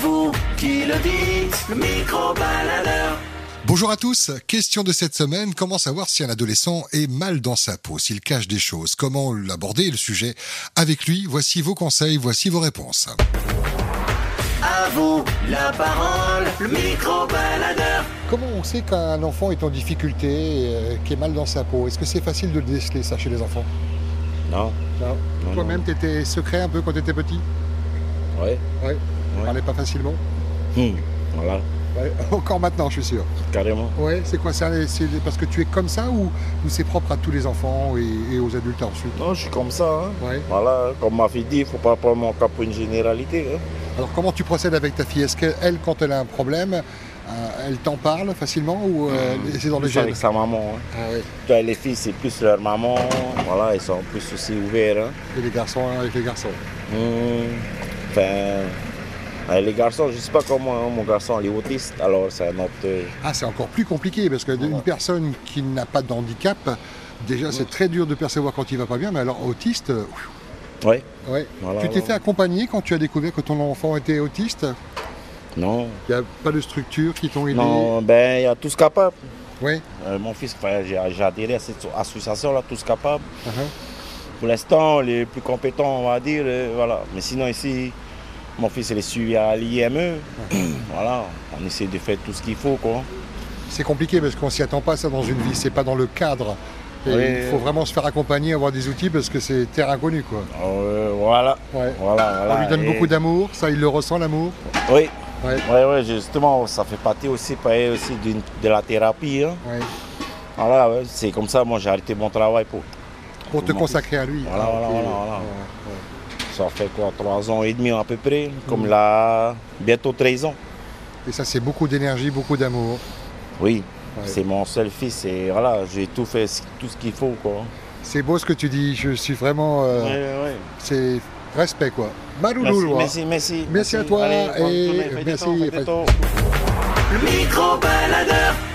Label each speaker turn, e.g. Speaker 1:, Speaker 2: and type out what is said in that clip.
Speaker 1: vous qui le dites, le micro-baladeur.
Speaker 2: Bonjour à tous. Question de cette semaine. Comment savoir si un adolescent est mal dans sa peau, s'il cache des choses? Comment l'aborder, le sujet? Avec lui, voici vos conseils, voici vos réponses.
Speaker 1: À vous la parole, le micro-baladeur.
Speaker 2: Comment on sait qu'un enfant est en difficulté, euh, qui est mal dans sa peau Est-ce que c'est facile de le déceler ça chez les enfants
Speaker 3: Non,
Speaker 2: Non.
Speaker 3: Non,
Speaker 2: Toi-même, t'étais secret un peu quand t'étais petit
Speaker 3: ouais.
Speaker 2: Ouais. On
Speaker 3: Ouais.
Speaker 2: parlait pas facilement.
Speaker 3: Hmm, Voilà,
Speaker 2: Ouais. Encore maintenant, je suis sûr.
Speaker 3: carrément.
Speaker 2: Ouais. C'est quoi ça C'est parce que tu es comme ça ou, ou c'est propre à tous les enfants et, et aux adultes ensuite
Speaker 3: Non, je suis comme ça. hein.
Speaker 2: Ouais.
Speaker 3: Voilà, comme ma fille dit, il ne faut pas prendre mon cas pour une généralité. hein.
Speaker 2: Alors comment tu procèdes avec ta fille Est-ce qu'elle, quand elle a un problème, euh, elle t'en parle facilement ou euh, c'est dans le
Speaker 3: Plus
Speaker 2: gène
Speaker 3: avec sa maman. hein.
Speaker 2: Ah ouais.
Speaker 3: Toi, les filles, c'est plus leur maman. Voilà, ils sont plus aussi ouverts. hein.
Speaker 2: Et les garçons hein, avec les garçons.
Speaker 3: Hmm, Enfin, euh, les garçons, je ne sais pas comment, hein, mon garçon, il est autiste, alors c'est un autre. euh,
Speaker 2: Ah, c'est encore plus compliqué parce que d'une
Speaker 3: Voilà.
Speaker 2: personne qui n'a pas de handicap, déjà c'est très dur de percevoir quand il va pas bien, mais alors autiste. euh,
Speaker 3: Ouais,
Speaker 2: Ouais.
Speaker 3: Voilà,
Speaker 2: tu t'es
Speaker 3: voilà.
Speaker 2: fait accompagner quand tu as découvert que ton enfant était autiste
Speaker 3: non.
Speaker 2: Il n'y a pas de structure qui t'ont aidé
Speaker 3: Non, ben, il y a tous capables.
Speaker 2: Ouais.
Speaker 3: Euh, mon fils, enfin, j'ai j'ai adhéré à cette association-là, tous capables.
Speaker 2: Uh-huh.
Speaker 3: Pour l'instant, les plus compétents, on va dire, euh, voilà. Mais sinon, ici, mon fils, il est suivi à l'IME. voilà, on essaie de faire tout ce qu'il faut, quoi.
Speaker 2: C'est compliqué parce qu'on s'y attend pas ça dans une vie, c'est pas dans le cadre. Et
Speaker 3: Ouais.
Speaker 2: il faut vraiment se faire accompagner, avoir des outils parce que c'est terre inconnue quoi.
Speaker 3: Euh, voilà,
Speaker 2: Ouais.
Speaker 3: voilà, voilà.
Speaker 2: On lui donne
Speaker 3: Et-
Speaker 2: beaucoup d'amour, ça il le ressent l'amour.
Speaker 3: Oui,
Speaker 2: Ouais.
Speaker 3: ouais, ouais, justement, ça fait partie aussi, pareil, aussi d'une- de la thérapie. hein.
Speaker 2: Ouais.
Speaker 3: Voilà, ouais, c'est comme ça, moi, j'ai arrêté mon travail pour...
Speaker 2: Pour te
Speaker 3: Mon
Speaker 2: consacrer à lui. euh,
Speaker 3: Voilà,
Speaker 2: Ah,
Speaker 3: voilà,
Speaker 2: ok.
Speaker 3: voilà, voilà.
Speaker 2: Ouais, ouais.
Speaker 3: Ça fait quoi, trois ans et demi à peu près, comme
Speaker 2: Mm.
Speaker 3: là, bientôt 13 ans.
Speaker 2: Et ça c'est beaucoup d'énergie, beaucoup d'amour.
Speaker 3: Oui,
Speaker 2: Ouais.
Speaker 3: c'est mon seul fils et voilà, j'ai tout fait, ce- tout ce qu'il faut, quoi.
Speaker 2: C'est beau ce que tu dis, je suis vraiment. euh,
Speaker 3: Ouais, ouais.
Speaker 2: C'est respect quoi.
Speaker 3: Merci,
Speaker 2: Malouloulou.
Speaker 3: merci, merci.
Speaker 2: Merci à toi
Speaker 3: hein. Allez, bonne
Speaker 2: et
Speaker 3: journée, faites des
Speaker 2: merci,
Speaker 3: temps, faites des
Speaker 2: faites-
Speaker 3: temps.
Speaker 1: Le micro-baladeur.